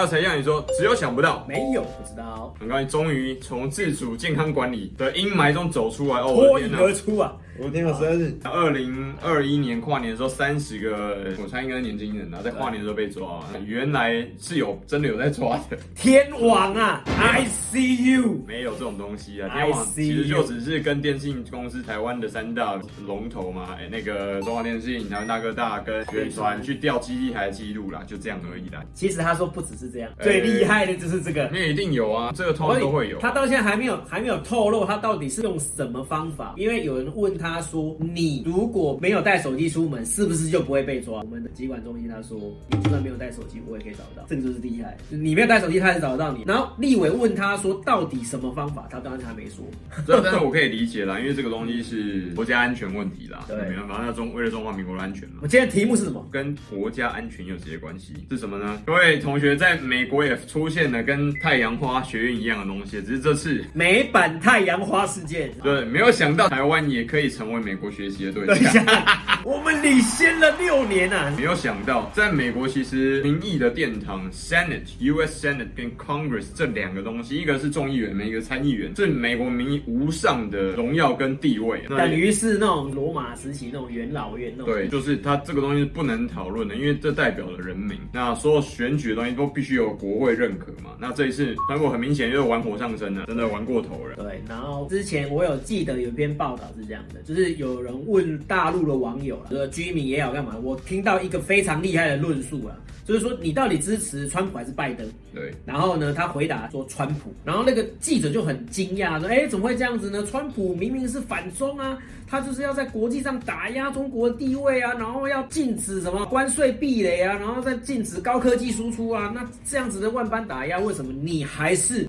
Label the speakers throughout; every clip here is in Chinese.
Speaker 1: 有谁让你说只有想不到？
Speaker 2: 没有不知道，
Speaker 1: 很高兴终于从自主健康管理的阴霾中走出来哦！
Speaker 2: 脱
Speaker 1: 我的
Speaker 2: 颖
Speaker 1: 天
Speaker 2: 而
Speaker 1: 哪！
Speaker 2: 出啊！
Speaker 3: 我的天哪，我实在是
Speaker 1: 二零二一年跨年的时候，三十个我猜应该是年轻人啊，在跨年的时候被抓，原来是有真的有在抓 的，
Speaker 2: 天王啊，I see you。
Speaker 1: 没有这种东西啊！
Speaker 2: I
Speaker 1: 天网
Speaker 2: see
Speaker 1: 其实就只是跟电信公司台湾的三大龙头嘛，哎、那个中华电信、台湾大哥大跟远传去调基地台的记录啦，就这样而已啦。
Speaker 2: 其实他说不只是这样，
Speaker 1: 哎
Speaker 2: 最厉害的就是这个。
Speaker 1: 那一定有啊，这个通常都会有。
Speaker 2: 他到现在还没有还没有透露他到底是用什么方法，因为有人问他说：“你如果没有带手机出门，是不是就不会被抓？”我们的疾管中心他说：“你就算没有带手机，我也可以找得到。”这个就是厉害，就是你没有带手机，他也找得到你。然后立委问他说：“到底什么方法？”他当然还没说。
Speaker 1: 这但是我可以理解啦，因为这个东西是国家安全问题啦，
Speaker 2: 对
Speaker 1: 没办法，那中为了中华民国的安全嘛
Speaker 2: 我。今天的题目是什么？
Speaker 1: 跟国家安全有直接关系是什么呢？各位同学，在美国也出现了跟太阳花学院一样的东西，只是这次
Speaker 2: 美版太阳花事件。
Speaker 1: 对没有想到台湾也可以成为美国学习的对
Speaker 2: 等一
Speaker 1: 象。
Speaker 2: 下， 我们领先了六年啊！
Speaker 1: 没有想到，在美国其实民意的殿堂 Senate、U.S. Senate 跟 Congress 这两个东西，一个是众议员，一个参议员，是美国民意无上的荣耀跟地位。那
Speaker 2: 等于是那种罗马时期那种元老院那种。
Speaker 1: 对，就是它这个东西是不能讨论的，因为这代表了人民。那所有选举的东西都必须有国会认可嘛。那这一次韩国很明显就是玩火上身了，真的玩过头了。
Speaker 2: 对，然后之前我有记得有一篇报道是这样的，就是有人问大陆的网友了，就是居民也好干嘛，我听到一个非常厉害的论述啊，就是说你到底支持川普还是拜登？
Speaker 1: 对，
Speaker 2: 然后呢，他回答说川普，然后那个记者就很惊讶说，哎，怎么会这样子呢？川普明明是反中啊，他就是要在国际上打压中国地位啊，然后要禁止什么关税壁垒啊，然后再禁止高科技输出啊，那这样子的万般打压，为什么你还是？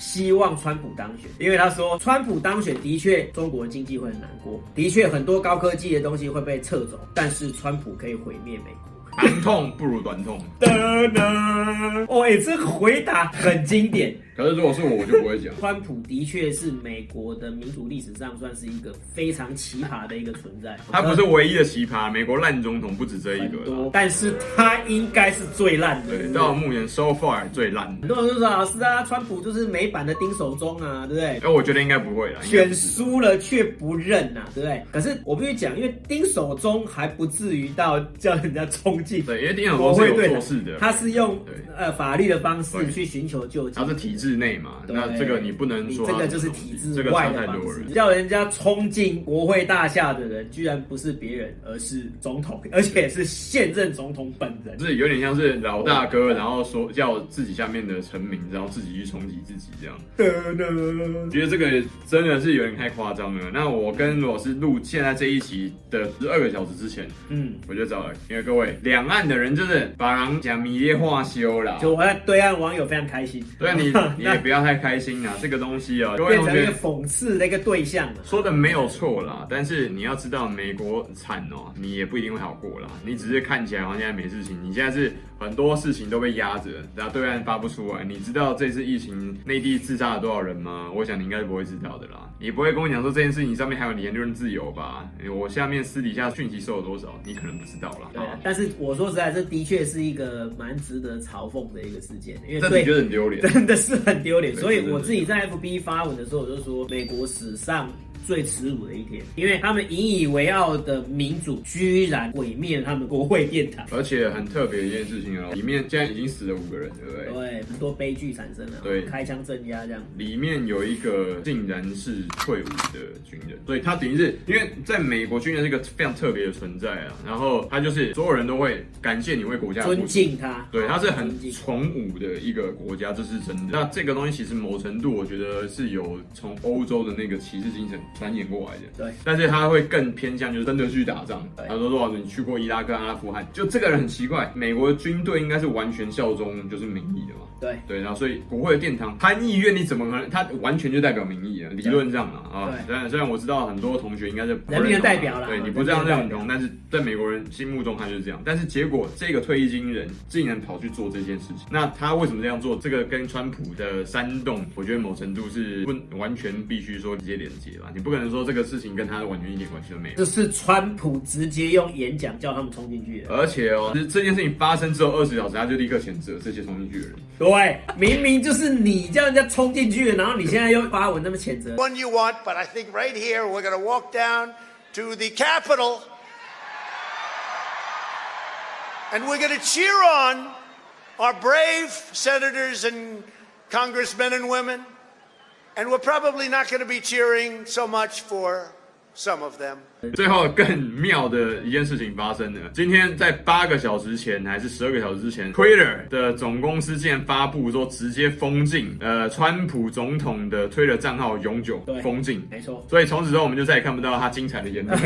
Speaker 2: 希望川普当选，因为他说川普当选的确中国经济会很难过，的确很多高科技的东西会被撤走，但是川普可以毁灭美国。
Speaker 1: 长痛不如短痛。
Speaker 2: 噔噔，哦，哎、这个回答很经典。。
Speaker 1: 可是如果是我，我就不会讲
Speaker 2: 川普的确是美国的民主历史上算是一个非常奇葩的一个存在，
Speaker 1: 他不是唯一的奇葩，美国烂总统不止这一
Speaker 2: 很
Speaker 1: 个
Speaker 2: 多
Speaker 1: 啦。，
Speaker 2: 但是他应该是最烂的。
Speaker 1: 对，到目前 so far 最烂。
Speaker 2: 很多人就说老师啊，川普就是美版的丁守中啊，对不对？
Speaker 1: 哎，我觉得应该不会啦。应该
Speaker 2: 选输了却不认呐、啊，对不对？可是我必须讲，因为丁守中还不至于到叫人家冲进
Speaker 1: 对，因为丁小
Speaker 2: 国
Speaker 1: 龙
Speaker 2: 会
Speaker 1: 是有
Speaker 2: 队
Speaker 1: 做事的，
Speaker 2: 他是用
Speaker 1: 对
Speaker 2: 呃法律的方式
Speaker 1: 对
Speaker 2: 去寻求救济。
Speaker 1: 他是体制内嘛，
Speaker 2: 对
Speaker 1: 那这个你不能
Speaker 2: 你
Speaker 1: 说
Speaker 2: 这
Speaker 1: 他
Speaker 2: 个就是
Speaker 1: 什么
Speaker 2: 体
Speaker 1: 东西
Speaker 2: 制
Speaker 1: 这个
Speaker 2: 外
Speaker 1: 差
Speaker 2: 的
Speaker 1: 太
Speaker 2: 方
Speaker 1: 多了
Speaker 2: 式，。叫人家冲进国会大厦的人，居然不是别人，而是总统， 而且是现任总统本人。
Speaker 1: 就是有点像是老大哥，然后说叫自己下面的臣民，然后自己去冲击自己这样。
Speaker 2: 噔噔
Speaker 1: 觉得这个真的是有点太夸张了。那我跟罗老师录现在这一期的十二个小时之前，
Speaker 2: 嗯，
Speaker 1: 我就找了，因为各位两岸的人就是把人讲迷恋化修啦。
Speaker 2: 就我在对岸网友非常开心，
Speaker 1: 所以啊 你你也
Speaker 2: 那
Speaker 1: 不要太开心啦，这个东西啊，各位
Speaker 2: 变
Speaker 1: 同
Speaker 2: 成一
Speaker 1: 学
Speaker 2: 个讽刺的一个对象了。
Speaker 1: 说的没有错啦，但是你要知道，美国惨哦，你也不一定会好过啦。你只是看起来好像现在没事情，你现在是很多事情都被压着，然后对岸发不出来。你知道这次疫情内地自杀了多少人吗？我想你应该是不会知道的啦。你不会跟我讲说这件事情上面还有你言论自由吧？我下面私底下讯息收了多少，你可能不知道啦。
Speaker 2: 对啊
Speaker 1: 啊，
Speaker 2: 但是我说实在，这的确是一个蛮值得嘲讽的一个事件，因为
Speaker 1: 这你
Speaker 2: 对
Speaker 1: 觉得很丢脸？
Speaker 2: 真的是很丢脸。
Speaker 1: 对
Speaker 2: 所以
Speaker 1: 真的
Speaker 2: 我自己在 FB 发文的时候，我就说美国史上。最耻辱的一天，因为他们引以为傲的民主居然毁灭了他们国会殿堂，
Speaker 1: 而且很特别的一件事情哦，里面现在已经死了五个人，对不对？
Speaker 2: 对，很多悲剧产生了，
Speaker 1: 对
Speaker 2: 开枪镇压这样。
Speaker 1: 里面有一个竟然是退伍的军人，所以他等于是因为在美国军人是一个非常特别的存在啊，然后他就是所有人都会感谢你为国家付出
Speaker 2: 尊。敬他，
Speaker 1: 啊对，他是很
Speaker 2: 尊敬
Speaker 1: 崇武的一个国家，这是真的。那这个东西其实某程度，我觉得是有从欧洲的那个骑士精神传衍过来的。
Speaker 2: 对，
Speaker 1: 但是他会更偏向就是真的去打仗。
Speaker 2: 对
Speaker 1: 他说多少你去过伊拉克、阿富汗，就这个人很奇怪，美国军队应该是完全效忠就是民意的嘛。
Speaker 2: 对
Speaker 1: 对，然后所以国会的殿堂参议院，你怎么可能？它完全就代表民意啊，理论上啊啊。
Speaker 2: 对
Speaker 1: 虽然虽然我知道很多同学应该是不
Speaker 2: 人民的
Speaker 1: 认同啊
Speaker 2: 代表啦
Speaker 1: 对
Speaker 2: 啊
Speaker 1: 你不这样
Speaker 2: 人民的
Speaker 1: 认同
Speaker 2: 代
Speaker 1: 但
Speaker 2: 表，
Speaker 1: 是在美国人心目中他就是这样。但是结果这个退役军人竟然跑去做这件事情，那他为什么这样做？这个跟川普的煽动，我觉得某程度是不完全必须说直接连接吧。你不可能说这个事情跟他完全一点关系都没有。
Speaker 2: 这是川普直接用演讲叫他们冲进去的。
Speaker 1: 而且哦，就是这件事情发生之后二十小时，他就立刻谴责这些同进去的人。
Speaker 2: 对，明明就是你叫人家冲进去的，然后你现在又发文那么谴责。
Speaker 3: one you want, but I think right here we're going to walk down to the Capitol and we're going to cheer on our brave senators and congressmen and women. And we're probably not going to be cheering so much for some of them.
Speaker 1: 最后更妙的一件事情发生了，今天在八个小时前还是十二个小时之前，Twitter 的总公司竟然发布说直接封禁，呃，川普总统的 Twitter 账号永久
Speaker 2: 对
Speaker 1: 封禁。
Speaker 2: 没错，
Speaker 1: 所以从此之后，我们就再也看不到他精彩的言 论。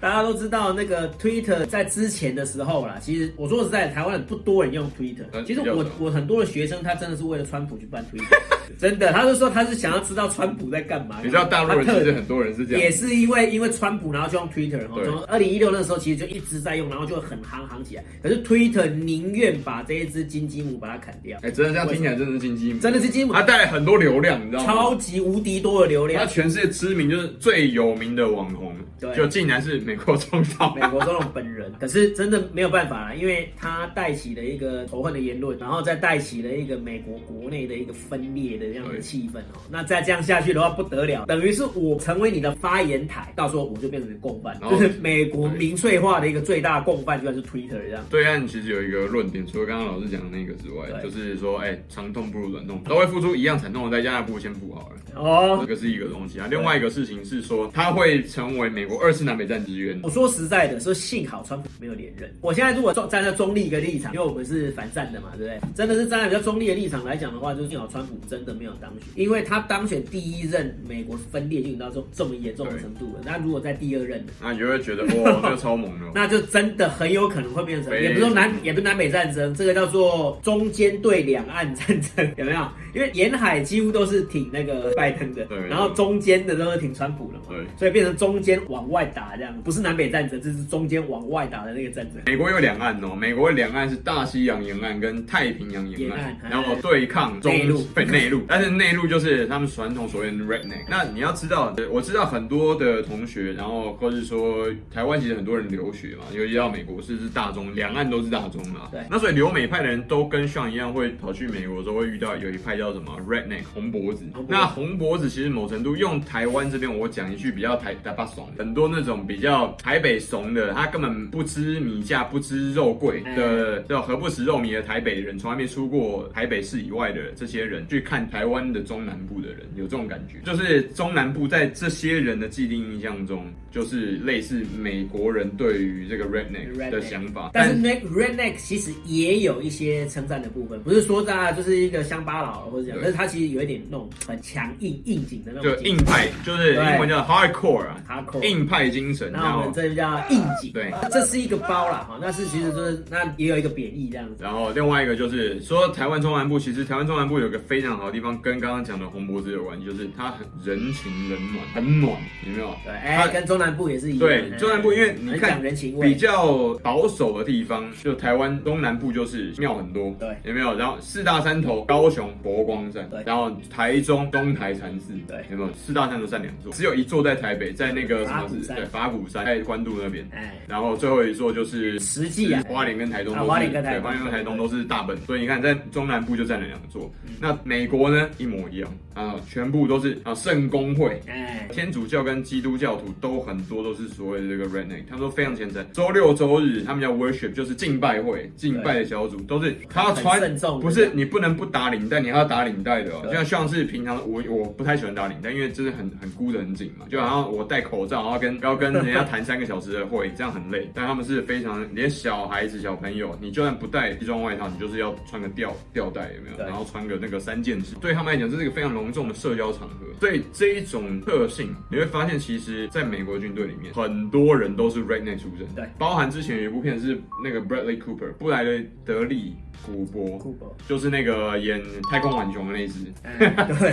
Speaker 2: 大家都知道那个 Twitter 在之前的时候啦，其实我说实在，台湾人不多人用 Twitter
Speaker 1: 嗯。
Speaker 2: 其实
Speaker 1: 比较
Speaker 2: 我
Speaker 1: 少
Speaker 2: 我很多的学生，他真的是为了川普去办 Twitter，真的，他就说他是想要知道川普在干嘛。
Speaker 1: 你知道大陆人
Speaker 2: 他特
Speaker 1: 其实很多人是这
Speaker 2: 也
Speaker 1: 样，
Speaker 2: 是因为因为川普，然后就用 Twitter，然后
Speaker 1: 对
Speaker 2: 从二零一六那时候其实就一直在用，然后就很行行起来。可是 Twitter 宁愿把这一只金鸡母把它砍掉
Speaker 1: 哎、，真的这样听起来真的是金鸡母，
Speaker 2: 真的是金鸡母
Speaker 1: 他带来很多流量，你知道吗？
Speaker 2: 超级无敌多的流
Speaker 1: 他
Speaker 2: 量。
Speaker 1: 全世界知名就是最有名的网红
Speaker 2: 对，
Speaker 1: 就竟然是美国总统
Speaker 2: 美。国总统本人，可是真的没有办法啦，因为他带起了一个仇恨的言论，然后再带起了一个美国国内的一个分裂的这样的
Speaker 1: 对
Speaker 2: 气氛哦。那再这样下去的话不得了，等于是我成为你的发言台，到时候我就变成你的共犯，
Speaker 1: 然后
Speaker 2: 就是美国
Speaker 1: 对
Speaker 2: 民粹化的一个最大共犯，居然是 Twitter 这样。
Speaker 1: 对岸其实有一个论点，除了刚刚老师讲的那个之外，就
Speaker 2: 对
Speaker 1: 是说，哎、长痛不如短痛，都会付出一样惨痛的代价，那不如先付好了。
Speaker 2: 哦
Speaker 1: 这，个是一个东西啊，另外一个事情是说，它会成为美国二次南北战之冤
Speaker 2: 我。说实在的，说幸好川普没有连任。我现在如果站站在中立一个立场，因为我们是反战的嘛，对不对？真的是站在比较中立的立场来讲的话，就是幸好川普真的没有当选，因为他当选第一任，美国分裂就已经到这种这么严重的程度了。那如果在第二任呢？
Speaker 1: 那你就会觉得，哇，这个超猛的。哦
Speaker 2: 那就真的很有可能会变成，
Speaker 1: 北
Speaker 2: 也不是说南，也不是南北战争，这个叫做中间对两岸战争， 有没有？因为沿海几乎都是挺那个拜登的
Speaker 1: 对，
Speaker 2: 然后中间的都是挺川普的嘛，
Speaker 1: 对
Speaker 2: 所以变成中间往外打这样，不是南北战争，这是中间往外打的那个战争。
Speaker 1: 美国有两岸哦，美国两岸是大西洋沿岸跟太平洋沿岸
Speaker 2: 沿，岸
Speaker 1: 然后对抗中
Speaker 2: 内陆
Speaker 1: 对内陆，但是内陆就是他们传统所谓的 redneck。那你要知道，呃我知道很多的同学，然后或是说台湾其实很多人留学嘛，尤其到美国是是大中，两岸都是大中嘛。
Speaker 2: 对
Speaker 1: 那所以留美派的人都跟像一样会跑去美国的时候会遇到有一派叫什么 redneck 红脖子
Speaker 2: 红脖子。
Speaker 1: 那红脖子其实某程度用台湾这边我讲一句比较台台巴怂的，很多那种比较台北怂的，他根本不知米价不知肉贵的叫何不食肉糜的台北人，从来没出过台北市以外的这些人去看台湾的中南部的人，有这种感觉，就是中南部在这些人的既定印象中，就是类似美国人对于这个 redneck 的
Speaker 2: Redneck
Speaker 1: 想法，
Speaker 2: 但是 Red Redneck 其实也有一些称赞的部分，不是说大家就是一个乡巴佬或者讲，
Speaker 1: 对
Speaker 2: 但是他其实有一点那种很强硬应景的那
Speaker 1: 就
Speaker 2: 种
Speaker 1: 硬派，就是
Speaker 2: 对
Speaker 1: 英文叫 hardcore 啊
Speaker 2: Hardcore
Speaker 1: 硬派精神，然
Speaker 2: 那我
Speaker 1: 后
Speaker 2: 们这叫应景，
Speaker 1: 对，
Speaker 2: 这是一个包啦，哈，那是其实就是那也有一个贬义这样子，
Speaker 1: 然后另外一个就是说台湾中南部，其实台湾中南部有个非常好的地方，跟刚刚讲的红脖子有关，就是它很人情冷暖，很暖，有没有？
Speaker 2: 对，哎，跟中南部也是一样，
Speaker 1: 对
Speaker 2: 哎
Speaker 1: 中南部，因为你
Speaker 2: 很
Speaker 1: 看
Speaker 2: 讲人情味，
Speaker 1: 比较保守的地方，就台湾东南部就是庙很多，
Speaker 2: 对
Speaker 1: 有没有？然后四大山头，高雄佛光山，
Speaker 2: 对
Speaker 1: 然后台中东台禅寺，
Speaker 2: 对
Speaker 1: 有没有？四大山头占两座，只有一座在台北，在那个什
Speaker 2: 法
Speaker 1: 么
Speaker 2: 鼓
Speaker 1: 寺，
Speaker 2: 山
Speaker 1: 对，法鼓山在关渡那边，
Speaker 2: 哎，
Speaker 1: 然后最后一座就是
Speaker 2: 实际啊
Speaker 1: 花莲跟台东都
Speaker 2: 啊
Speaker 1: 是，
Speaker 2: 花莲跟台
Speaker 1: 对
Speaker 2: 东
Speaker 1: 花莲跟台东都是大本，所以你看在中南部就占了两座。
Speaker 2: 嗯
Speaker 1: 那美国呢一模一样啊，全部都是啊圣公会。
Speaker 2: 哎，
Speaker 1: 天主教跟基督教徒都很多都是所谓的这个 redneck，他们都非常虔诚。周六周日他们叫 worship，就是敬拜会、敬拜的小组，都是他要
Speaker 2: 很慎
Speaker 1: 穿
Speaker 2: 重，的
Speaker 1: 不是你不能不打领带，你还要打领带的、哦。
Speaker 2: 对
Speaker 1: 像像是平常我我不太喜欢打领带，因为真的很很箍得很紧嘛，就好像我戴口罩，然后跟要跟人家谈三个小时的会，这样很累。但他们是非常连小孩子、小朋友，你就算不戴西装外套，你就是要穿个吊吊带，有没有？
Speaker 2: 对
Speaker 1: 然后穿个那个三件习，对他们来讲这是一个非常隆重的社交场合。对这一种特性，你会发现其实在美国军队里面，很多人都是 redneck 出身，
Speaker 2: 对
Speaker 1: 包含之前有一部片是那个 Bradley Cooper 布莱德利古柏，
Speaker 2: 酷狗，
Speaker 1: 就是那个演太空浣熊的那一只
Speaker 2: 哎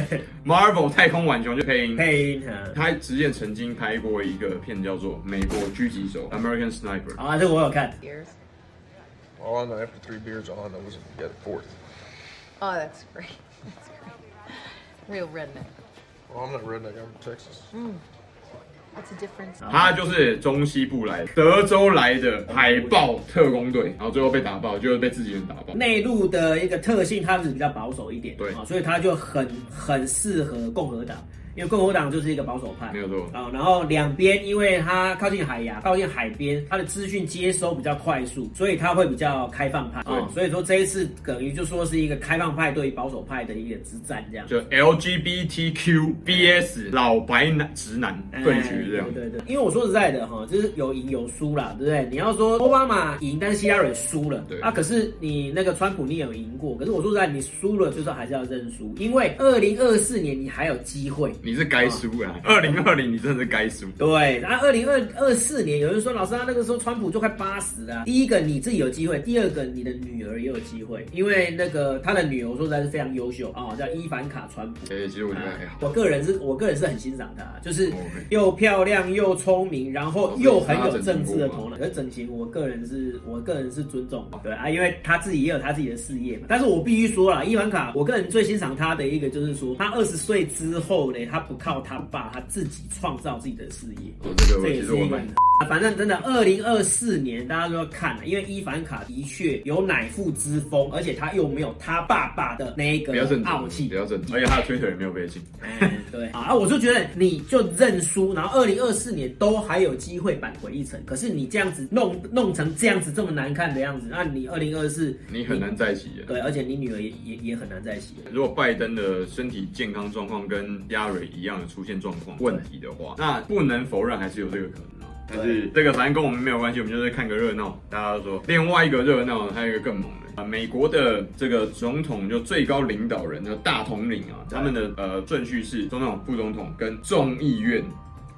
Speaker 2: 对，
Speaker 1: Marvel 太空浣熊就嗯配音。
Speaker 2: 配音啊，
Speaker 1: 他之前曾经拍过一个片叫做《美国狙击手》（American Sniper），
Speaker 2: 好啊，这个我有看，
Speaker 4: years.
Speaker 5: All I know after three beers, all I know is we got a fourth.
Speaker 4: Oh, that's great. That's great. Real redneck.
Speaker 5: Well, I'm not redneck. I'm from Texas.
Speaker 4: What's the difference?
Speaker 1: 他就是中西部来德州来的海豹特工队，然后最后被打爆，就是被自己人打爆。
Speaker 2: 内陆的一个特性，它是比较保守一点，
Speaker 1: 对
Speaker 2: 啊，所以它就很很适合共和党，因为共和党就是一个保守派，
Speaker 1: 没有错
Speaker 2: 啊、然后两边因为它靠近海洋、靠近海边，它的资讯接收比较快速，所以它会比较开放派啊、
Speaker 1: 对
Speaker 2: 所以说这一次等于就说是一个开放派对于保守派的一个之战，这样。
Speaker 1: 就 LGBTQ BS 老白男直男对决这样
Speaker 2: 哎。对对对，因为我说实在的哈，就是有赢有输啦，对不对？你要说奥巴马赢，但是希拉蕊输了，
Speaker 1: 对
Speaker 2: 啊，可是你那个川普你也有赢过，可是我说实在，你输了就是还是要认输，因为二零二四年你还有机会。
Speaker 1: 你是该输
Speaker 2: 哦
Speaker 1: 啊！二零二零你真的是该输。
Speaker 2: 对，那二零二二四年，有人说老师，他那个时候川普就快八十了啊。第一个你自己有机会，第二个你的女儿也有机会，因为那个他的女儿我说实在是非常优秀啊、哦，叫伊凡卡川普。
Speaker 1: 哎、其实我觉得还好。
Speaker 2: 啊我个人是我个人是很欣赏她，啊就是
Speaker 1: 哦
Speaker 2: 又漂亮又聪明，然后又很有政治的头
Speaker 1: 哦
Speaker 2: 脑。可是整形，我个人是我个人是尊重，对啊，因为她自己也有她自己的事业嘛。但是我必须说啦，伊万卡，我个人最欣赏她的一个就是说，她二十岁之后呢，她不靠她爸，她自己创造自己的事业。
Speaker 1: 我哦这个
Speaker 2: 这
Speaker 1: 我
Speaker 2: 也
Speaker 1: 其实
Speaker 2: 是
Speaker 1: 我
Speaker 2: 一个
Speaker 1: 蛮。
Speaker 2: 啊反正真的，二零二四年大家都要看了，因为伊凡卡的确有乃父之风，而且他又没有他爸爸的那一个
Speaker 1: 不要正
Speaker 2: 傲
Speaker 1: 经，
Speaker 2: 气
Speaker 1: 不，要正经，而且他的 Twitter 也没有被禁。
Speaker 2: 哎对好啊，我就觉得你就认输，然后二零二四年都还有机会扳回一城。可是你这样子弄弄成这样子这么难看的样子，那你二零二四
Speaker 1: 你很难再起耶。
Speaker 2: 对，而且你女儿也也也很难再洗了。
Speaker 1: 如果拜登的身体健康状况跟亚蕊一样有出现状况问题的话，那不能否认还是有这个可能啊。但是这个反正跟我们没有关系，我们就是看个热闹。大家都说另外一个热闹，还有一个更猛的啊，美国的这个总统就最高领导人的大统领啊，他们的呃顺序是总统、副总统跟众议院。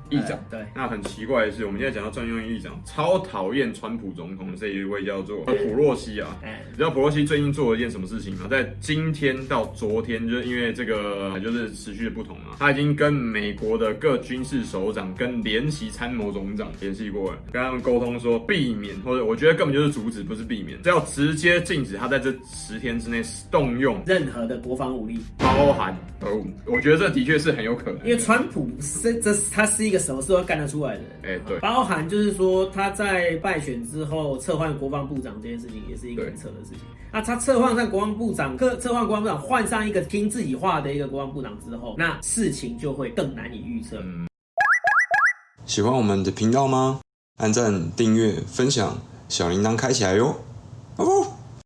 Speaker 1: 议长
Speaker 2: 哎对
Speaker 1: 那很奇怪的是，我们现在讲到众议院议长，超讨厌川普总统的这一位叫做普洛西啊，
Speaker 2: 哎，
Speaker 1: 你知道普洛西最近做了一件什么事情吗？在今天到昨天，就是因为这个就是持续的不同啊，他已经跟美国的各军事首长、跟联席参谋总长联系过了，跟他们沟通说避免，或者我觉得根本就是阻止，不是避免，这要直接禁止他在这十天之内动用，
Speaker 2: 任何的国防武力，
Speaker 1: 包含核武。我觉得这的确是很有可能的，
Speaker 2: 因为川普是这他是一个什么事都干得出来的人。
Speaker 1: 哎对
Speaker 2: 包含就是说他在败选之后撤换国防部长这件事情，也是一个很扯的事情。那他撤换上国防部长，撤撤换国防部长，换上一个听自己话的一个国防部长之后，那事情就会更难以预测。
Speaker 1: 嗯
Speaker 6: 喜欢我们的频道吗？按赞、订阅、分享，小铃铛开起来哟！哦不。